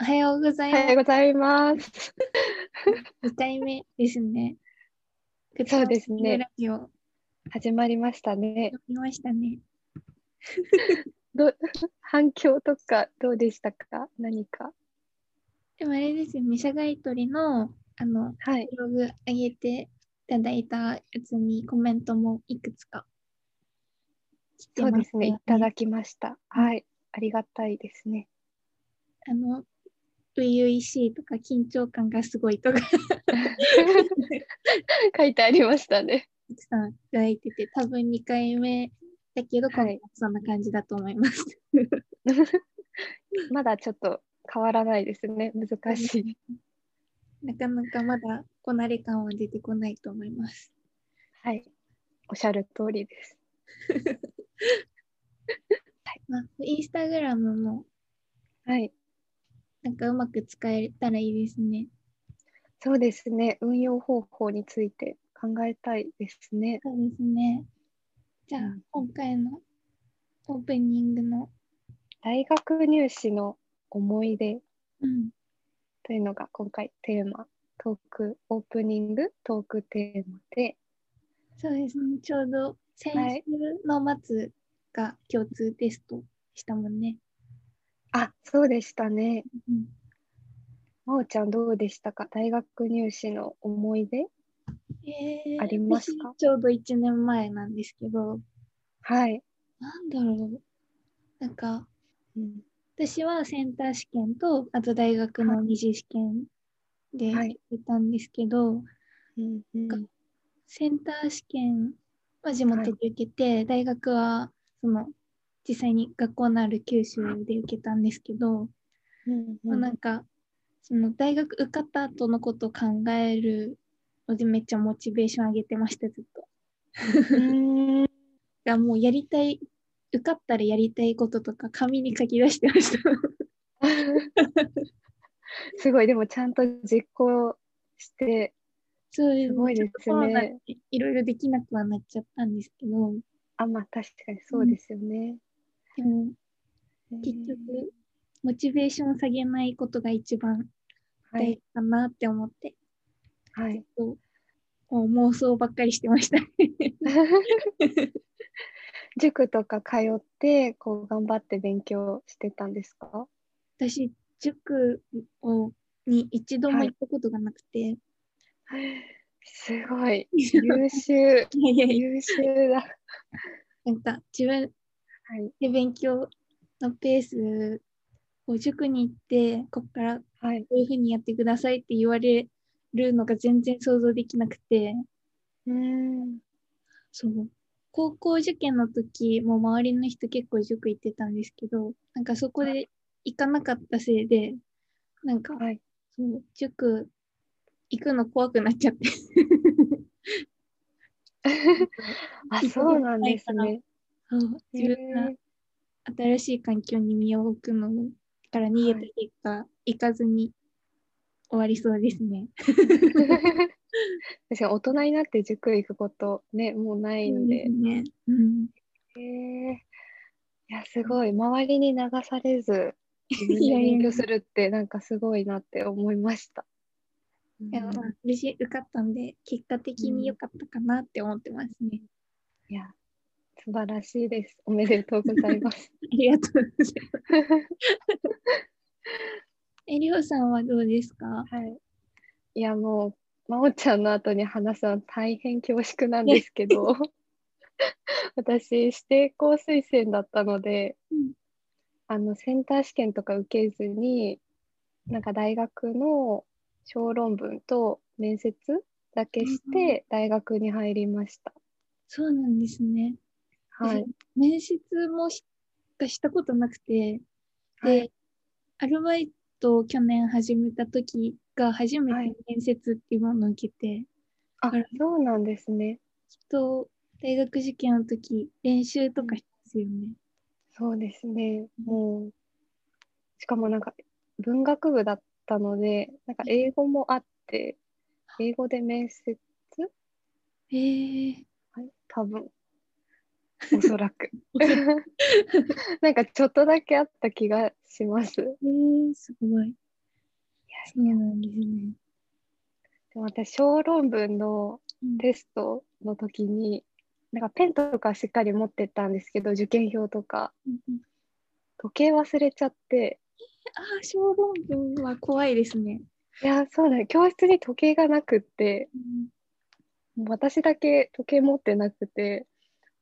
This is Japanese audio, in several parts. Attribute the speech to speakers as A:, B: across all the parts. A: おはようござ
B: お
A: い
B: はよう
A: ま
B: ございます。
A: す。2回目ですね。
B: そうです
A: グ
B: ね
A: ッドモーニングラジオ、
B: 始まりましたね
A: や。りましたね。
B: ど反響とかどうでしたか何か。
A: でもあれですよ、ミシャガイトリの、あの、
B: はい。
A: ブログ上げていただいたやつにコメントもいくつか来て
B: そ
A: ます、
B: うですね。いただきました。はい。ありがたいです ね。
A: あの、初々しいとか緊張感がすごいとか
B: 書いてありましたね。
A: たくさんいただいてて、多分2回目だけど、
B: はい
A: 今回そんな感じだと思います。
B: まだちょっと変わらないですね。難しい。
A: なかなかまだこなれ感は出てこないと思います。
B: はい。おっしゃる通りです。
A: まあ、インスタグラムも
B: はい。
A: なんかうまく使えたらいいですね。
B: そうですね。運用方法について考えたいですね。
A: そうですね。じゃあ、
B: うん
A: 今回のオープニングの、
B: 大学入試の思い出
A: うん、
B: というのが今回テーマトークオープニングトークテーマで
A: そうですね。ちょうど先
B: はい
A: 週の末が共通テストしたもんね。
B: あそうでしたね
A: うん、
B: まおちゃんどうでしたか大学入試の思い出
A: え
B: ありますか
A: 私ちょうど1年前なんですけど、
B: はい、
A: なんだろう。なんか、
B: うん
A: 私はセンター試験と、あと大学の二次試験でやっ
B: はい
A: てたんですけど、
B: うんうん
A: センター試験は地元で受けて、大学はその実際に学校のある九州で受けたんですけど、
B: うん
A: もうなんかその大学受かった後のことを考えるのでめっちゃモチベーション上げてましたずっと。
B: うん
A: がもうやりたい受かったらやりたいこととか紙に書き出してました。
B: すごいでもちゃんと実行して
A: そうです
B: ごいですね
A: ちょっとコロナでいろいろできなくはなっちゃったんですけど、
B: あまあ確かにそうですよね、
A: でも
B: え
A: 結
B: ー
A: 局モチベーション下げないことが一番
B: は
A: 大
B: い
A: 事かなって思って、
B: はい
A: こうもう妄想ばっかりしてましたね。
B: 塾とか通ってこう頑張って勉強してたんですか
A: 私、塾をに一度も
B: はい
A: 行ったことがなくて、
B: すごい優秀
A: いやいやいや
B: 優秀だ。
A: なんか自分
B: はい。
A: で勉強のペースを塾に行って、ここからこ
B: はい。
A: ういうふうにやってくださいって言われるのが全然想像できなくて、
B: うん。
A: そう。高校受験の時も周りの人結構塾行ってたんですけど、なんかそこで行かなかったせいで、なんか
B: はい。
A: そう、塾行くの怖くなっちゃって。
B: あ、そうなんですね。
A: そう自分が
B: へ
A: 新しい環境に身を置くのから逃げた結果、行かずに終わりそうですね。
B: ー確かに大人になって塾行くことね、もうないんで。
A: ね。うん。
B: へえ。いや、すごい。周りに流されず、自分
A: い
B: で
A: やいや
B: 勉強するって、なんかすごいなって思いました。
A: でもまあ無事受かったんで、結果的に良かったかなって思ってますね。
B: いや、素晴らしいです。おめでとうございます。
A: ありがとうございます。えりほさんはどうですか
B: はい。いやもう、まおちゃんの後に話すのは大変恐縮なんです けど、私、指定校推薦だったので、
A: うん
B: あの、センター試験とか受けずに、なんか大学の小論文と面接だけして、大学に入りました。
A: そうなんですね。
B: はい。
A: 面接もしかしたことなくて、で、
B: はい
A: アルバイトを去年始めた時が初め
B: はい
A: て面接っていうものを受けて、
B: あ
A: あら、
B: そうなんですね。
A: きっと大学受験の時練習とかしますよね。
B: そうですね。
A: うん
B: もう、しかもなんか文学部だったので、なんか英語もあって、英語で面接、
A: へえ
B: はい多分、おそ らく。なんかちょっとだけあった気がします。
A: えー、すごい。そうなんですね。
B: でも私、小論文の
A: うん
B: テストの時に、なんかペンとかしっかり持ってったんですけど、受験票とか、
A: うんうん
B: 時計忘れちゃって、
A: ああ、小論文は怖いですね。
B: いや、そうだね、教室に時計がなくって、
A: うん
B: もう私だけ時計持ってなくて、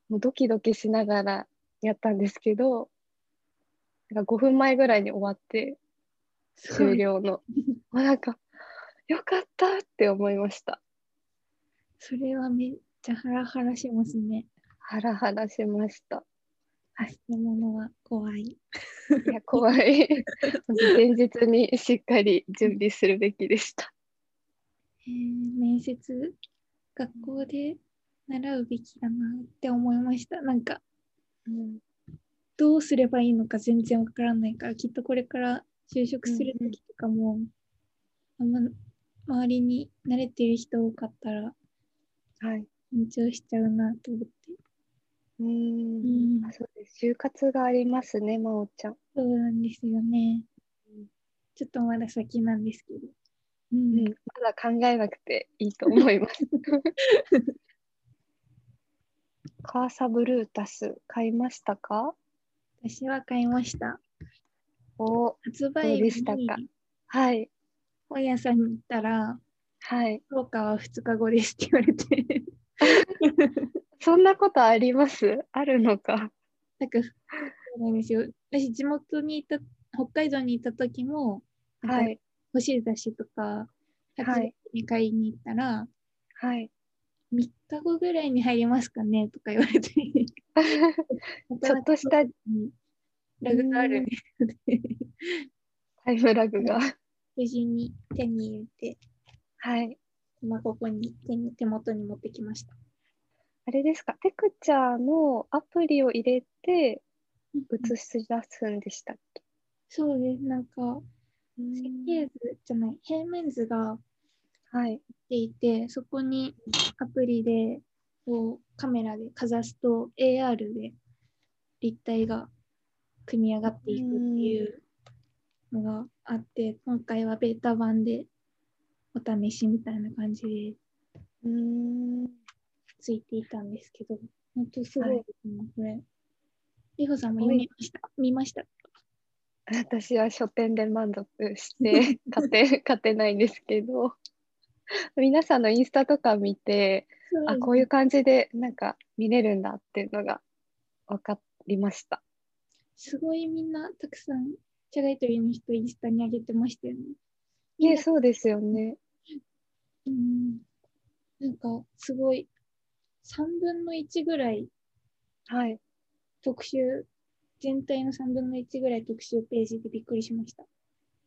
B: もうドキドキしながらやったんですけど、なんか5分前ぐらいに終わって、
A: すご
B: 終
A: い。
B: 了の。もうなんか、よかったって思いました。
A: それはめっちゃハラハラしますね。
B: ハラハラしました。はい
A: 漬物は怖い。
B: いや、怖い。前日にしっかり準備するべきでした。
A: えー面接、学校で習うべきだなって思いました。なんか、どうすればいいのか全然わからないから、きっとこれから就職する時とかも、あんま周りに慣れてる人多かったら
B: はい。
A: 緊張しちゃうなと思って。
B: う。
A: うんん
B: あ、そうです。就活がありますね、まおちゃん。
A: そうなんですよね
B: うん。
A: ちょっとまだ先なんですけど。う
B: うんん。まだ考えなくていいと思います。 カーサブルータス買いましたか
A: 私は買いました。
B: お
A: 発売
B: どうで
A: 日
B: した
A: に
B: かはい。
A: 本屋さんに行ったら、
B: はい。
A: 評価は2日後ですって言われて
B: そんなことありますあるのか。
A: なんかそうなんですよ私地元にいた北海道にいた時もなん
B: は
A: か
B: い。
A: 欲しい雑誌とか
B: はい
A: 初に買いに行ったら、
B: はい。
A: 3日後ぐらいに入りますかねとか言わ れてち
B: ちょっとした
A: ラグがあるね
B: タイムラ グが。
A: 無事に手に入れて
B: はい。
A: 今ここに手に手元に持ってきました
B: あれですか、テクチャーのアプリを入れて
A: うん
B: 映し出すんでしたっけ、
A: そうですなんか設計図じゃない平面図が
B: はい。
A: っていて、そこにアプリでこうカメラでかざすと AR で立体が組み上がっていくっていうのがあって、今回はベータ版でお試しみたいな感じで
B: うーん。
A: ついていたんですけど、本当すごい
B: はい
A: ですね、これ。りほさんも
B: すご
A: 読み
B: い
A: ました。見ました。
B: 私は書店で満足して買って、買ってないんですけど、皆さんのインスタとか見て、あ、こういう感じでなんか見れるんだっていうのが分かりました。
A: すごいみんなたくさん、社外取りの人インスタに上げてましたよね。みん
B: ね、
A: な
B: そうですよね。
A: うんなんかすごい3分の1ぐらい
B: はい。
A: 特集全体の3分の1ぐらい特集ページでびっくりしました。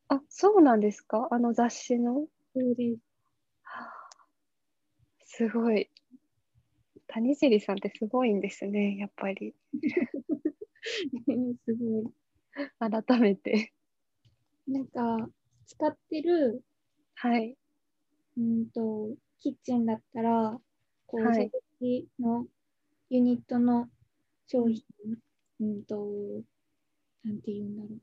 B: あ、そうなんですかあの雑誌の
A: そうです。
B: はあすごい。谷尻さんってすごいんですね、やっぱり。
A: すご
B: 改めて。
A: い。なんか使ってる
B: はい。
A: うんとキッチンだったらこう、
B: はい
A: 射撃のユニットの商品、うんとなんて言うんだろう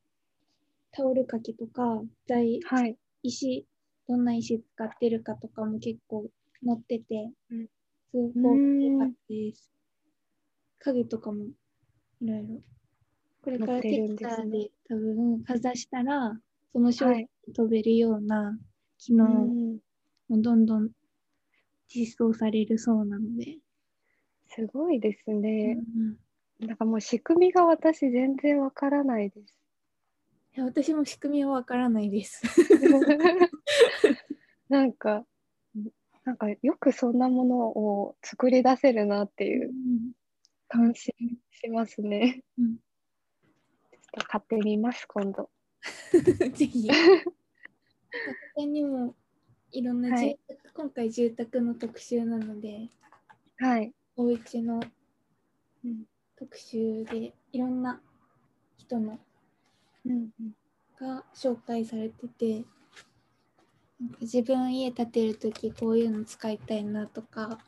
A: タオル掛けとか材
B: はい。
A: 石どんな石使ってるかとかも結構載ってて、
B: うん
A: すごく良かったです。家具とかもいろいろ。これからテ
B: 載
A: キ
B: ってるん
A: ス
B: で
A: タ
B: す
A: ー
B: ね
A: で多分かざしたらその商
B: は
A: 品
B: い。
A: に飛べるような機
B: う
A: 能も
B: ん。
A: どんどん実装されるそうなので、
B: すごいです
A: うん
B: ね。
A: うん
B: なんかもう仕組みが私全然わからないです。
A: いや私も仕組みはわからないです。
B: なんか、なんかよくそんなものを作り出せるなっていう感心しますね。
A: うん
B: ちょっと買ってみます、今度。
A: ぜひ。他にもいろんな住宅、
B: はい
A: 今回住宅の特集なので、
B: はい。
A: お家の
B: うん。
A: 特集でいろんな人の
B: うんうん
A: が紹介されてて、なんか自分家建てるときこういうの使いたいなとか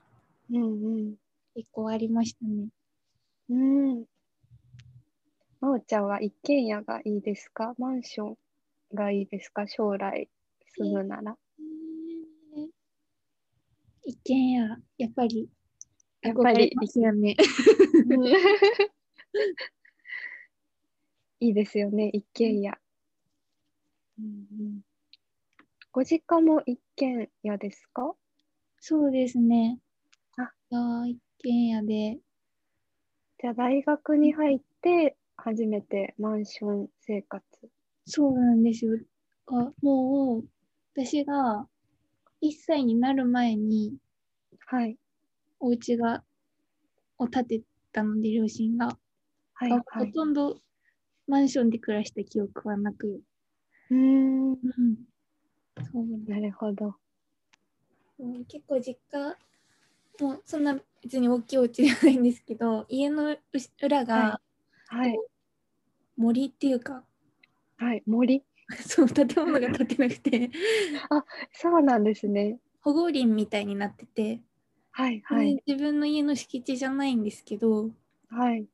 B: うんうん。
A: 結構ありましたね。
B: うん。まおちゃんは一軒家がいいですかマンションがいいですか将来住むなら。
A: 一軒家、やっぱり。
B: やっぱり
A: 憧れますよね。
B: いいですよね、一軒家。うんうん、ご実家も一軒家ですか
A: そうですね。
B: あ
A: あ、一軒家で。
B: じゃあ大学に入って初めてマンション生活。
A: そうなんですよ。あもう、私が1歳になる前に
B: はい。
A: お家が、を建てたので、両親が。
B: はい、
A: あ
B: は
A: ほ
B: い。
A: とんどマンションで暮らした記憶はなく。
B: うーん。
A: うん。そうなん
B: なるほど。
A: うん結構実家もうそんな別に大きいお家じゃないんですけど家のうし裏が
B: はい。
A: 森っていうか、
B: はい。森
A: そう建物が建てなくて
B: そうなんですね。
A: 保護林みたいになってて、
B: はい。はい。
A: 自分の家の敷地じゃないんですけど
B: はい。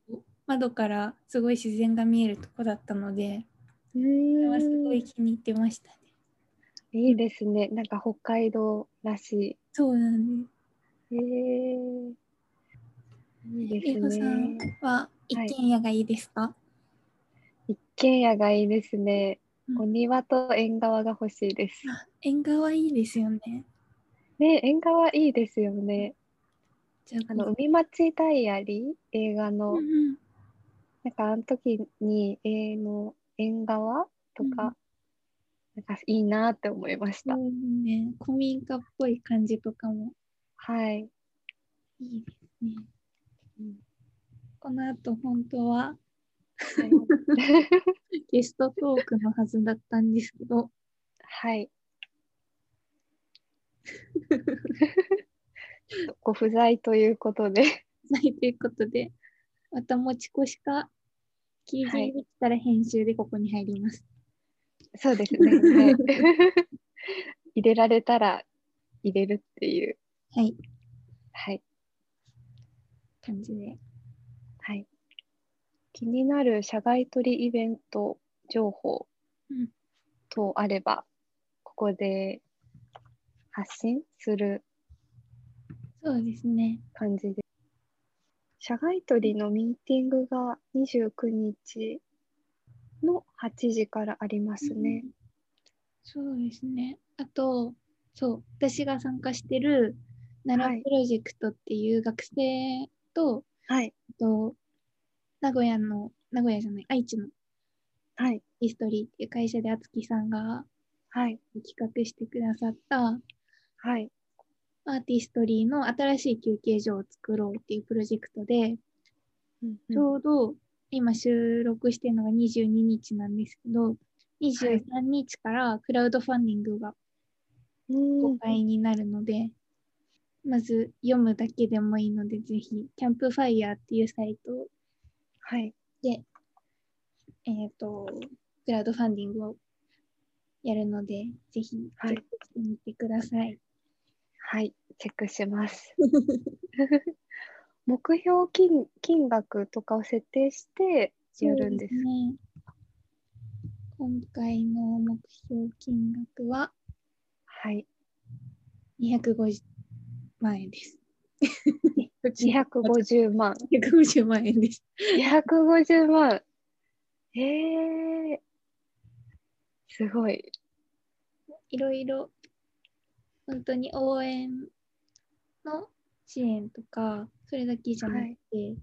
A: 窓からすごい自然が見えるとこだったので
B: う
A: それ
B: ー
A: はすご
B: ん
A: い気に入ってましたね。
B: いいですね。なんか北海道らし
A: そうなんで
B: い。えー、いい
A: す。
B: で
A: り
B: す
A: ほさん
B: ね。
A: は一
B: はい
A: 軒家がいいですか、
B: 一軒家がいいですね
A: う。ん
B: お庭と縁側が欲しいです。
A: あ縁側いいですよね。
B: ね、縁側いいですよね。
A: じゃあ
B: あの海町ダイアリー映画の、
A: うんうん
B: なんかあの時に、えーの縁側とか、なんかいいなって思いまし
A: そ
B: た。
A: うね、古民家っぽい感じとかも
B: はい。
A: いいですね。
B: うん
A: この後本当は
B: はい
A: ゲストトークのはずだったんですけど、
B: はい。ご不在ということで、
A: ないということで、また持ち越しか、聞いてできたら編集でここに入ります。
B: そうですね。 はい、入れられたら入れるっていう、
A: はい、
B: はい。
A: 感じで。
B: はい、気になる社外取りイベント情報
A: うん
B: とあれば、ここで発信する
A: そうですね。
B: 感じで。社外取りのミーティングが29日の8時からありますね。
A: そうですね。あと、そう、私が参加してる奈良プロジェクトっていう学生と、
B: はい、
A: えっと、名古屋の、名古屋じゃない、愛知の
B: はい、
A: ヒストリーっていう会社で敦樹さんが
B: はい、
A: 企画してくださった
B: はい、
A: アーティストリーの新しい休憩所を作ろうっていうプロジェクトで、
B: うん
A: ちょうど今収録してるのが22日なんですけど、23日からクラウドファンディングが
B: うん
A: 公開になるので、まず読むだけでもいいので、ぜひ、キャンプファイヤーっていうサイト
B: はい、
A: で、えっ、と、クラウドファンディングをやるので、ぜひチェックしてみてください。
B: はい、チェック します。 目標金金額とかを設定してやるんです
A: そうね。今回の目標金額は
B: はい、
A: 250万円 です。
B: 250万。
A: 250万円です。
B: 250万。ええすごい。
A: いろいろ、本当に応援の支援とか、それだけじゃなくて、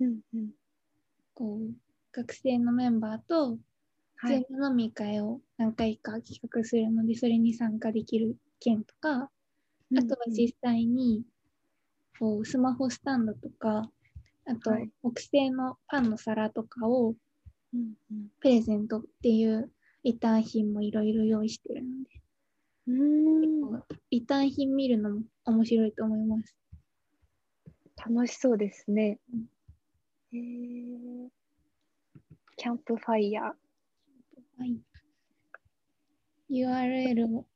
B: うんうん。
A: こう学生のメンバーと
B: は
A: ズー
B: い。
A: ム飲み会を何回か企画するので、それに参加できる件とか、あとは
B: うんうん
A: 実際にこうスマホスタンドとか、あと
B: はい
A: 木製のパンの皿とかを
B: うんうん
A: プレゼントっていうリターン品もいろいろ用意してるので、
B: うーん、
A: こうリターン品見るのも面白いと思います。
B: 楽しそうですね
A: うん。
B: ええキャンプファイヤー。
A: はい、URL を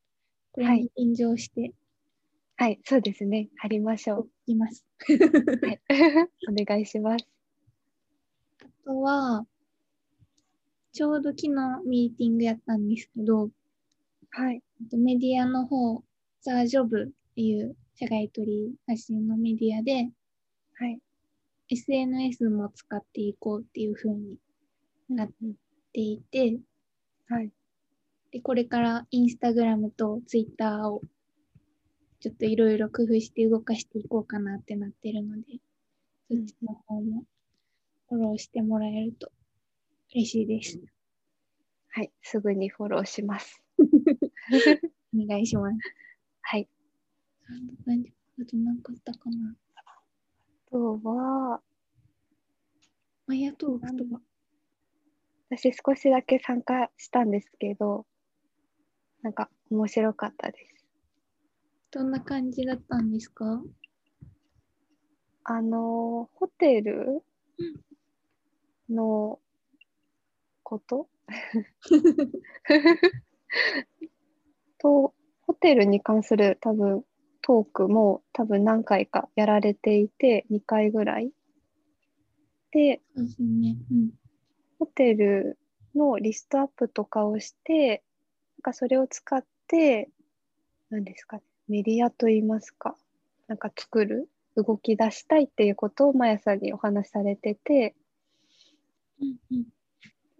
A: こ
B: は
A: れ
B: い
A: に印上して
B: はい、そうですね。貼りましょ
A: おきます。
B: う。はい、お願い します。
A: あとは、ちょうど昨日ミーティングやったんですけど、
B: はい。
A: あとメディアの方、ザ・ジョブっていう社外取り発信のメディアで、
B: はい。
A: SNS も使っていこうっていう風になっ
B: うん
A: ていて、
B: はい。
A: でこれからインスタグラムとツイッターをちょっといろいろ工夫して動かしていこうかなってなってるので、そっちの方もフォローしてもらえると嬉しいです。
B: はい。すぐにフォローします。
A: お願いします。
B: はい。
A: あなんであと何かあったかな
B: あとは、
A: マヤトークとか。
B: 私少しだけ参加したんですけど、なんか面白かったです。
A: どんな感じだったんですか
B: あのーホテルのこととホテルに関する多分トークも多分何回かやられていて2回ぐらいで
A: そうですね。うん。
B: ホテルのリストアップとかをしてなんかそれを使って何ですかねメディアといいますかなんか作る動き出したいっていうことをマヤさんにお話しされてて、
A: うんうん。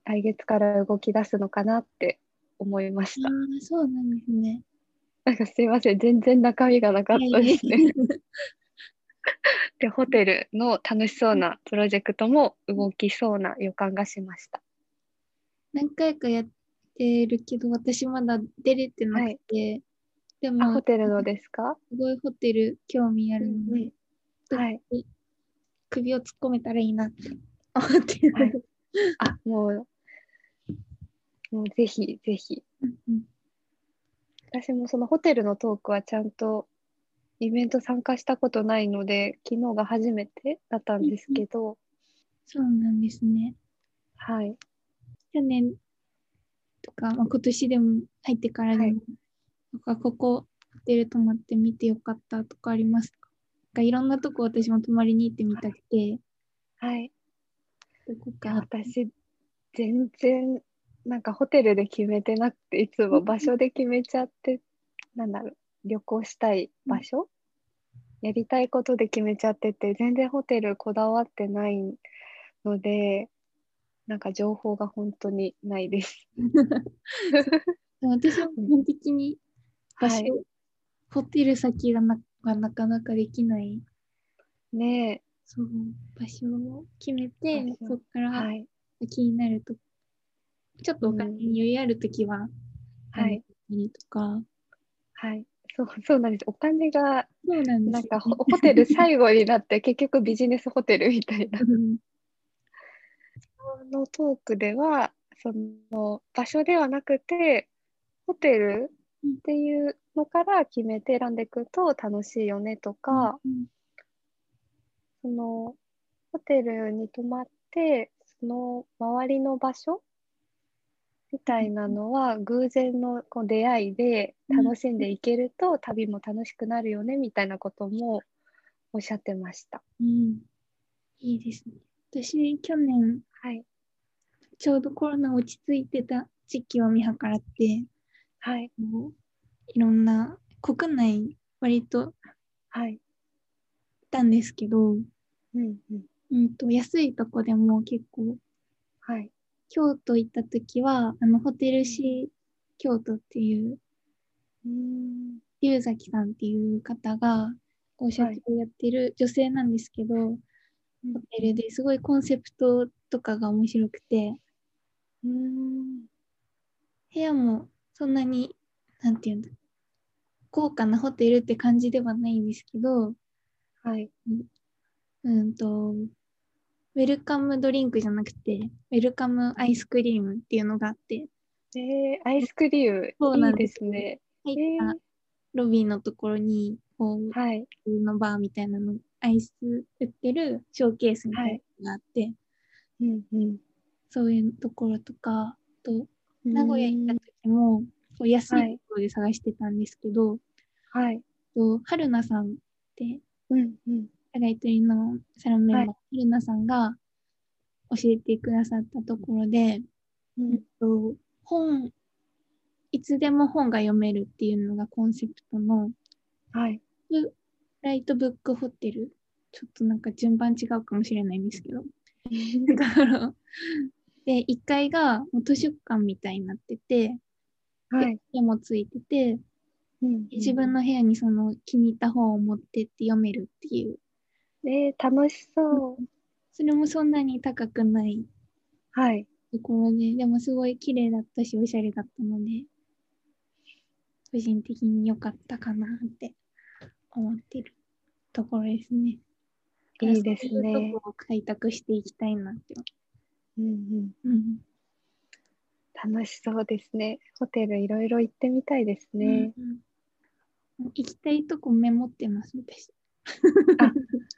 B: 来月から動き出すのかなって思いまし
A: あ
B: た。
A: あ、そうなんですね。
B: なんかすいません、全然中身がなかったです
A: い
B: ね
A: や。いや
B: で、ホテルの楽しそうなプロジェクトも動きそうな予感がしました。
A: 何回かやってるけど、私まだ出れてなくて、で
B: あ、
A: も、
B: ホテルのですか？
A: すごいホテル興味あるので、うん
B: はい。
A: 首を突っ込めたらいいなって思って
B: はい
A: る。
B: あ、もう、もうぜひぜひ。
A: うんうん
B: 私もそのホテルのトークはちゃんとイベント参加したことないので、昨日が初めてだったんですけど、
A: そうなんですね。
B: はい。
A: 去年とか、まあ、今年でも入ってからでも、
B: はい
A: とかここホテル泊まってみてよかったとかありますかなんかいろんなとこ私も泊まりに行ってみたくて、
B: はい。
A: どこ
B: い
A: か
B: や私全然なんかホテルで決めてなくていつも場所で決めちゃってなんだろう旅行したい場所、やりたいことで決めちゃってて全然ホテルこだわってないのでなんか情報が本当にないです。
A: でも私は基本的に場所、
B: はい
A: ホテル先がながなかなかできない
B: ね
A: そう場所を決めて
B: 場所
A: そこか
B: えは
A: ら
B: い
A: 気になると、ちょっとお金に余裕あるときは、
B: はい
A: あのとか
B: はいそう そうなんですお金が
A: そうなんですよね
B: なんかホホテル最後になって 結局ビジネスホテルみたいな
A: うん
B: のトークではその場所ではなくてホテルっていうのから決めて選んでいくと楽しいよねとか、
A: うん
B: そのホテルに泊まってその周りの場所みたいなのは偶然のこう出会いで楽しんでいけると旅も楽しくなるよねみたいなこともおっしゃってました。
A: うん、いいですね。私、去年、
B: はい、
A: ちょうどコロナ落ち着いてた時期を見計らって、
B: はい、
A: こういろんな国内、割と行っ
B: はい、
A: たんですけど、
B: うんう
A: う
B: ん、
A: ん、と安いとこでも結構、
B: はい、
A: 京都行った時は、あのホテルシー京都っていう、
B: うーん、
A: 龍崎さんっていう方が、こう社長やってる女性なんですけど、ホテルですごいコンセプトとかが面白くて、
B: うーん。
A: 部屋もそんなに、なんていうんだ、豪華なホテルって感じではないんですけど、
B: はい。
A: うんと、ウェルカムドリンクじゃなくて、ウェルカムアイスクリームっていうのがあって、
B: えー、アイスクリーム、
A: そうないん
B: い
A: で
B: ですすね。え
A: 入
B: ー
A: ったロビーのところに、こう、
B: はい。
A: 普通のバーみたいなの、アイス売ってるショーケースみたいなのがあって、
B: うんうん。
A: そういうところとか、あと、名古屋行った時も、こう安いところで探してたんですけど、
B: はい。
A: と春菜さんって、
B: うんうん。
A: 社外取りのサロンメンバー、
B: は
A: はるなさんが教えてくださったところで、
B: う
A: えっ
B: ん
A: と本1つでも本が読めるっていうのがコンセプトの
B: はい。
A: ライトブックホテルちょっとなんか順番違うかもしれないんですけどだからで1階がもう図書館みたいになってて
B: はい。
A: 絵もついてて
B: うん
A: 自分の部屋にその気に入った本を持ってって読めるっていう
B: えー、楽しそう。
A: それもそんなに高くない
B: はい。
A: ところででもすごい綺麗だったしおしゃれだったので個人的に良かったかなって思ってるところですね。
B: いいです
A: そういう
B: ね
A: と。こを開拓していきたいなって
B: うんうん。
A: 思う。うん
B: 楽しそうですね。ホテルいろいろ行ってみたいですね。
A: うんうん行きたいとこメモってます私。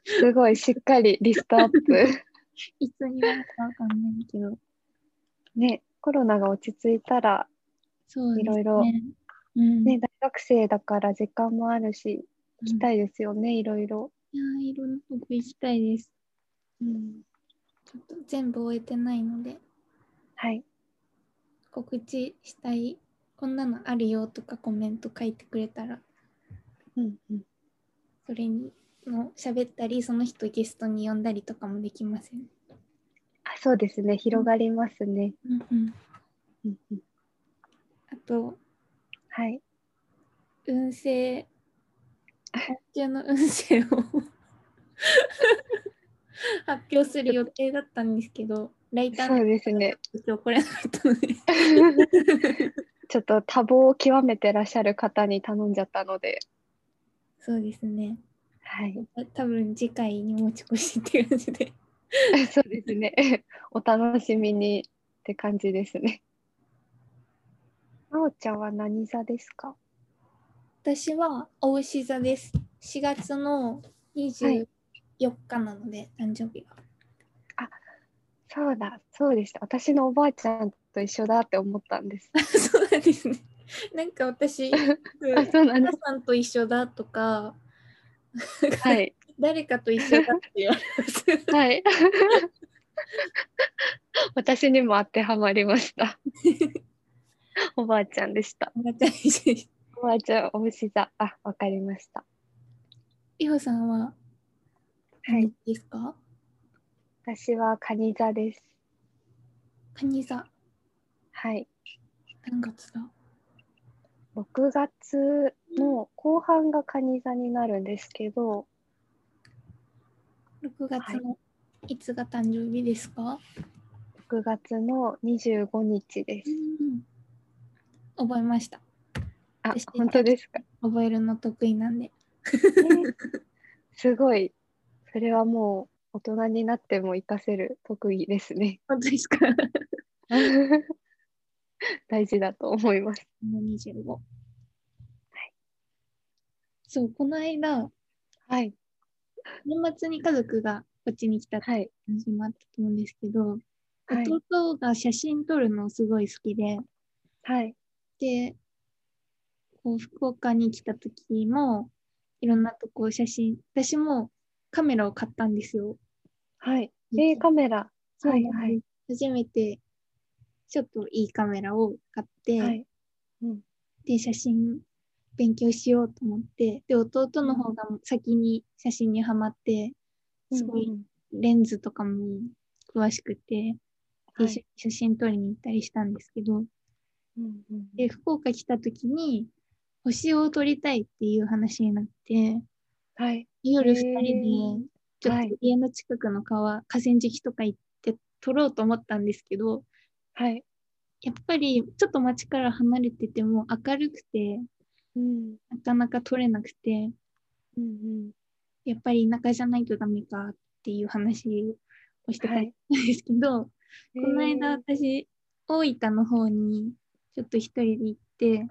B: すごいしっかりリストアップ。
A: いつになるかわかんないけど。
B: ね、コロナが落ち着いたら、
A: そうですね。
B: いろいろ
A: うん、
B: ね、大学生だから時間もあるし、行き
A: い。
B: たいですよね、いろいろ。
A: いやーいろんなとこ行きたいです。
B: うん、
A: ちょっと全部終えてないので。
B: はい。
A: 告知したいこんなのあるよとかコメント書いてくれたら
B: うんうん、
A: それにの喋ったりその人ゲストに呼んだりとかもできません。
B: あそうですね、広がりますね。
A: うんうん、
B: うんうん、
A: あと
B: はい。
A: 運勢今週の運勢を 発表する予定だったんですけどライター
B: そう
A: の
B: ですね。
A: 今日来れなかったので
B: ちょっと多忙を極めてらっしゃる方に頼んじゃったので、
A: そうですね
B: はい。
A: 多分次回に持ち越しっていう感じで
B: そうですね。お楽しみにって感じですね。まおちゃんは何座ですか
A: 私はお牛座です。4月の24日なので、誕生日 が。
B: そうだ、そうでした。私のおばあちゃんと一緒だって思ったんです。
A: そうなんですね。なんか私、よく
B: あ、 そうなんで
A: 皆
B: す。
A: さんと一緒だとか、
B: はい。
A: 誰かと一緒だって言われます。
B: はい。 私にも当てはまりま した。おばあちゃんでした。
A: おばちゃん一緒です
B: おばあちゃん、お牛座。あ、わかりました。
A: いほさんは、
B: はい。
A: いですか
B: 私は蟹座です。
A: カニ座、
B: はい。
A: 何月だ
B: 6月の後半が蟹座になるんですけど、
A: ?6 月の、い、つが誕生日ですか、
B: 6月の25日です。
A: 覚えました。
B: あ
A: です、ね
B: 本当ですか。
A: 覚えるの得意なんで。
B: ねすごい。それはもう大人になっても活かせる特技ですね。
A: 本当ですか
B: 大事だと思います。
A: もう25。そう、この間、
B: はい。
A: 年末に家族がこっちに来たって
B: はい。
A: 話もあったと思うんですけど、
B: はい。
A: 弟が写真撮るのすごい好きで、
B: はい。
A: で、こう福岡に来た時も、いろんなとこ写真、私もカメラを買ったんですよ。
B: はい。えーカメラ。
A: そう
B: はい。
A: な
B: は
A: ん
B: い
A: で。す初めて、ちょっといいカメラを買って、
B: はい。
A: で写真勉強しようと思ってで弟の方が先に写真にはまってすごい
B: うんうん
A: レンズとかも詳しくて、で
B: はい
A: 一緒に写真撮りに行ったりしたんですけど
B: うんうん
A: で福岡来た時に星を撮りたいっていう話になって
B: はい。
A: 夜
B: へ
A: 2
B: ー
A: 人でちょ
B: は
A: っ
B: い
A: と家の近くの川河川敷とか行って撮ろうと思ったんですけど
B: はい。
A: やっぱりちょっと街から離れてても明るくて
B: うん。
A: なかなか撮れなくて
B: うんうん。
A: やっぱり田舎じゃないとダメかっていう話をしてた
B: は
A: ん
B: い。
A: ですけど、
B: こ
A: この間私大分の方にちょっと一人で行って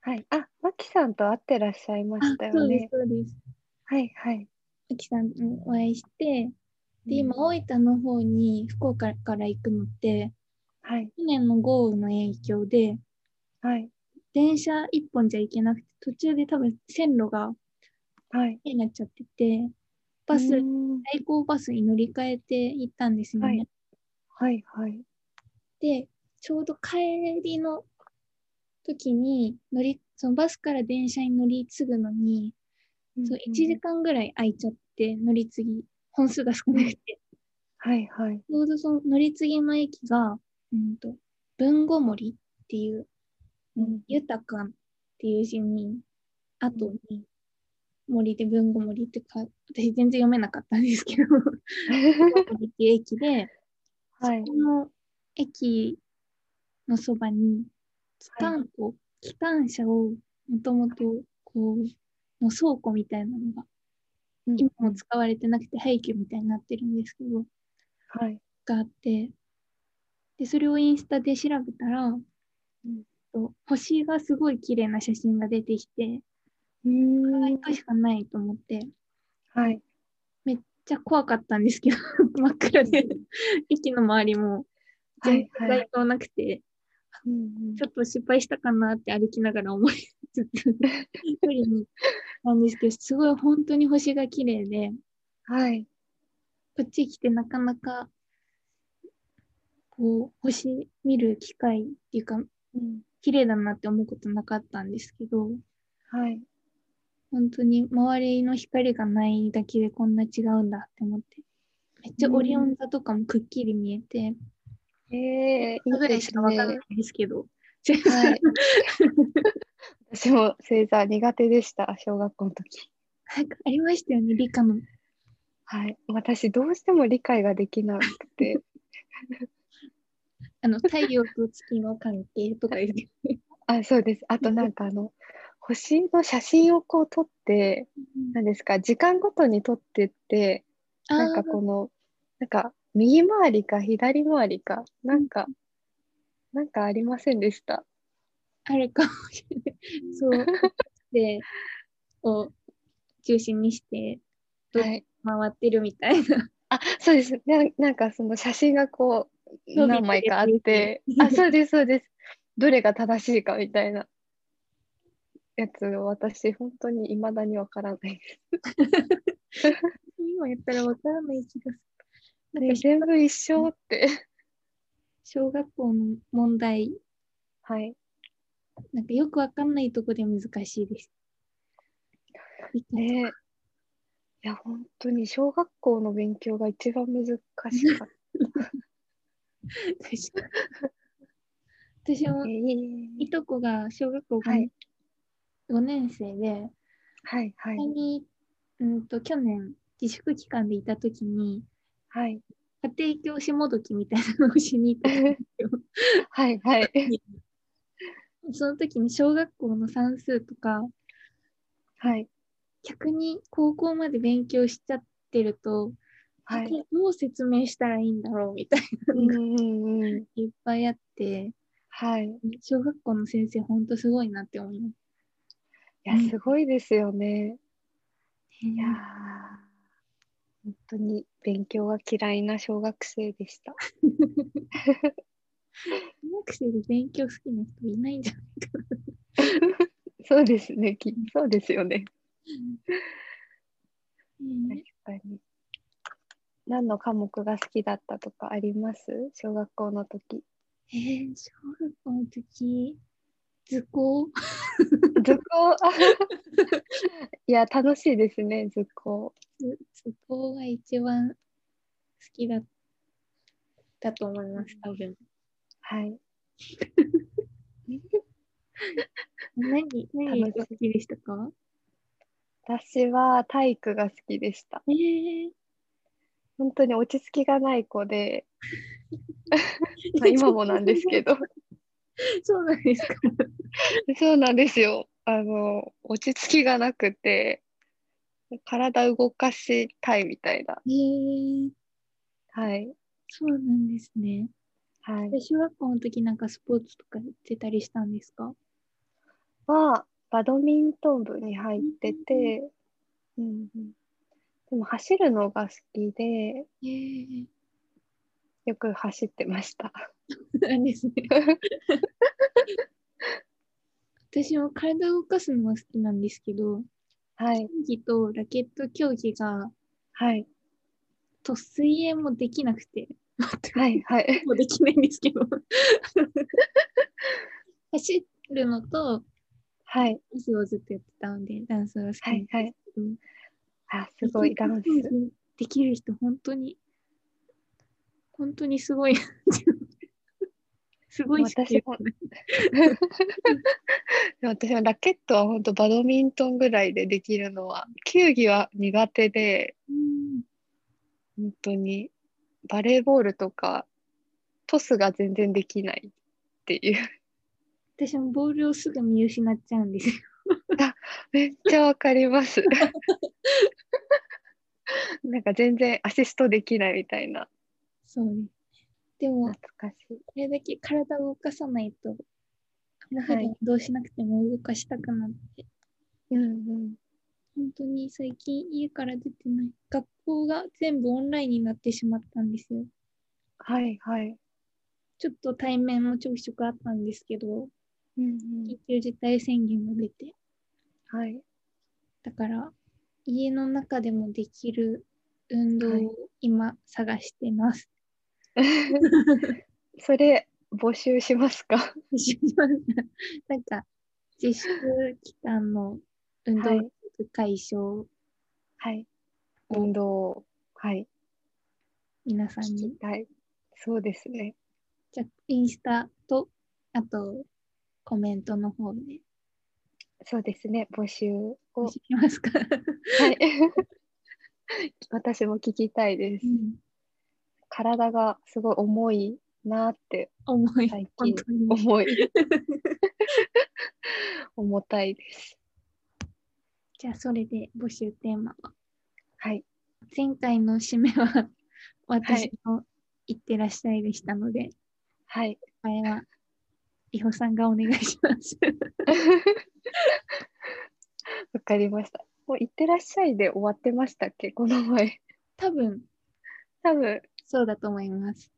B: はい。あ、まきさんと会ってらっしゃいました
A: そ
B: よ
A: うです
B: ね。
A: そうです
B: はい。はい。
A: あきさんにお会いしてで今大分の方に福岡から行くのって
B: はい。
A: 去年の豪雨の影響で
B: はい。
A: 電車一本じゃ行けなくて途中で多分線路が
B: はい。
A: になっちゃっててバス
B: う
A: 代
B: ーん
A: 行バスに乗り換えて行ったんですよね。
B: はいはい。はい。
A: で、ちょうど帰りの時に乗りそのバスから電車に乗り継ぐのに、そう1時間ぐらい空いちゃって乗り継ぎ本数が少なくて、
B: はいはい。
A: ちょうどその乗り継ぎの駅が、うん、と文庫森っていう
B: うん
A: 豊かっていう字に、あとに、森で文語森ってか、私全然読めなかったんですけ ど、森っていう駅で、
B: はい
A: こ。の駅のそばに、機関庫、機関車をもともと、こう、の倉庫みたいなのが、今も使われてなくて廃墟みたいになってるんですけど、
B: はい。
A: があって、で、それをインスタで調べたら、と星がすごい綺麗な写真が出てきて、
B: うーん
A: 1回しかないと思って、
B: はい。
A: めっちゃ怖かったんですけど、 真っ暗で、駅の周りも全然街灯なくて、
B: うんうん
A: ちょっと失敗したかなって歩きながら思いつ つ、一人になんですけど、すごい本当に星が綺麗で、
B: はい。
A: こっち来てなかなか、こう、星見る機会っていうか、
B: うん
A: 綺麗だなって思うことなかったんですけど、
B: はい。
A: 本当に周りの光がないだけでこんな違うんだって思ってめっちゃオリオン座とかもくっきり見えて、
B: ええ、
A: ぐらいしかわかんないいですけど、
B: ですね。はい。私も星座苦手でした、小学校の時。
A: なんかありましたよね理科の
B: はい。私、どうしても理解ができなくて。
A: あの太陽と月の関係とかですね
B: あ、そうです。あと、なんか、あの、星の写真をこう撮って、何ですか、時間ごとに撮ってって、なんかこの、なんか、右回りか左回りか、なんか、なんかありませんでした。
A: あーあるかもしれないそうでを中心にしてど
B: はい。
A: 回ってるみたいな
B: あ、そうです。な、なんかその写真がこう、
A: 伸びてる
B: 何枚かあっ
A: やつ
B: て
A: です、ね
B: あ、そうです、そうです。どれが正しいかみたいなやつを私、本当に未だにわからないで
A: 今やったらわからない気がする
B: す。
A: なん
B: ね
A: か
B: 全部一緒って。
A: 小学校の問題
B: はい。
A: なんかよくわかんないとこで難しいです。
B: ねえ。いや、本当に小学校の勉強が一番難しかっ
A: 私も私
B: た。
A: も
B: え
A: いとこが小学校
B: はい
A: 5年生で、
B: はい、はい
A: 前、にうんと去年自粛期間でいた時に
B: はい。
A: 家庭教師もどきみたいなのをしに行ったんですよ
B: はい、はい。
A: その時に小学校の算数とか
B: はい、
A: 逆に高校まで勉強しちゃってると、
B: はい。
A: これどう説明したらいいんだろうみたいな
B: う
A: の
B: ん
A: が
B: うんうん。
A: いっぱいあって。
B: はい。い
A: 小学校の先生、ほんとすごいなって思います。
B: や、すごいですよね。いやー
A: ね
B: 本当に勉強は嫌いな小学生でした。
A: 小学生で勉強好きな人いないんじゃないかな。
B: そうですね、きそうですよね。
A: ね
B: 確かに。何の科目が好きだったとかあります小学校の時。
A: えー小学校の時、図工
B: 図工 いや、楽しいですね、図工。
A: 図図工が一番好きだだと思います、多分。
B: はい。
A: 何、何が
B: 楽しい
A: 好きでしたか
B: 私は体育が好きでした。
A: えー、
B: 本当に落ち着きがない子で、ま あ、今もなんですけど。
A: そうなんですか。
B: そうなんですよ。あの、落ち着きがなくて、体動かしたいみたいな。
A: えー、
B: はい。
A: そうなんですね。
B: はい。
A: で小学校の時なんかスポーツとかやってたりしたんですか
B: は、バドミントン部に入ってて、うんうん、でも走るのが好きで、
A: えー、
B: よく走ってました。
A: なんです ね。私も体を動かすのは好きなんですけど、
B: はい。
A: 競技とラケット競技が、
B: はい。
A: と水泳もできなくて、
B: はい。はい。
A: もうできないんですけど、走るのと、
B: はい。
A: ダンスをずっとやってたので、ダンスが好き
B: は
A: な
B: い
A: ん
B: はい
A: ですけど、
B: あ、すごいダンス。
A: できる人、本当に、本当にすごい。すごいしか言えない
B: 私はラケットは本当バドミントンぐらいでできるのは、球技は苦手で、
A: うん
B: 本当にバレーボールとか、トスが全然できないって いう。
A: 私もボールをすぐ見失っちゃうんですよ。
B: めっちゃわかります。なんか全然アシストできないみたいな。
A: そうね。でも、
B: 懐かしい。
A: これだけ体を動かさないと、
B: はい
A: 普段運動しなくても動かしたくなって、
B: うんうん。
A: 本当に最近家から出てない。学校が全部オンラインになってしまったんですよ。
B: はいはい。
A: ちょっと対面もちょくちょくあったんですけど、
B: うんう
A: 緊
B: ん。
A: 急事態宣言が出て、
B: はい。
A: だから家の中でもできる運動
B: はい
A: を今探してます。
B: それ、募集しますか
A: なんか自粛期間の運
B: は
A: 動
B: い
A: 解消を
B: はい。運動を、はい。
A: 皆さん
B: 聞
A: に
B: きたい。そうですね。
A: じゃあインスタと、あと、コメントの方で、
B: そうですね。募集を。は
A: 知りますか、
B: い。 私も聞きたいです。体がすごい重いなって
A: 重い。
B: 最近
A: 本当に。
B: 重 い。重たいです。
A: じゃあ、それで募集テーマは。
B: はい。
A: 前回の締めは、 私の行ってらっしゃいでしたので、
B: はい。
A: 前は、いほさんがお願いし ます。
B: わかりました。もう、いってらっしゃいで終わってましたっけこの前。
A: 多分、
B: 多分、
A: そうだと思います。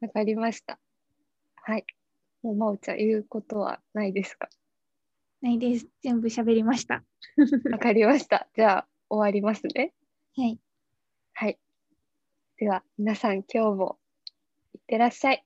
B: わかりました。はい。もう、まおちゃん、言うことはないですか
A: ないです。全部喋りました。
B: わかりました。じゃあ、終わりますね。
A: はい。
B: はい。では、皆さん、今日も、いってらっしゃい。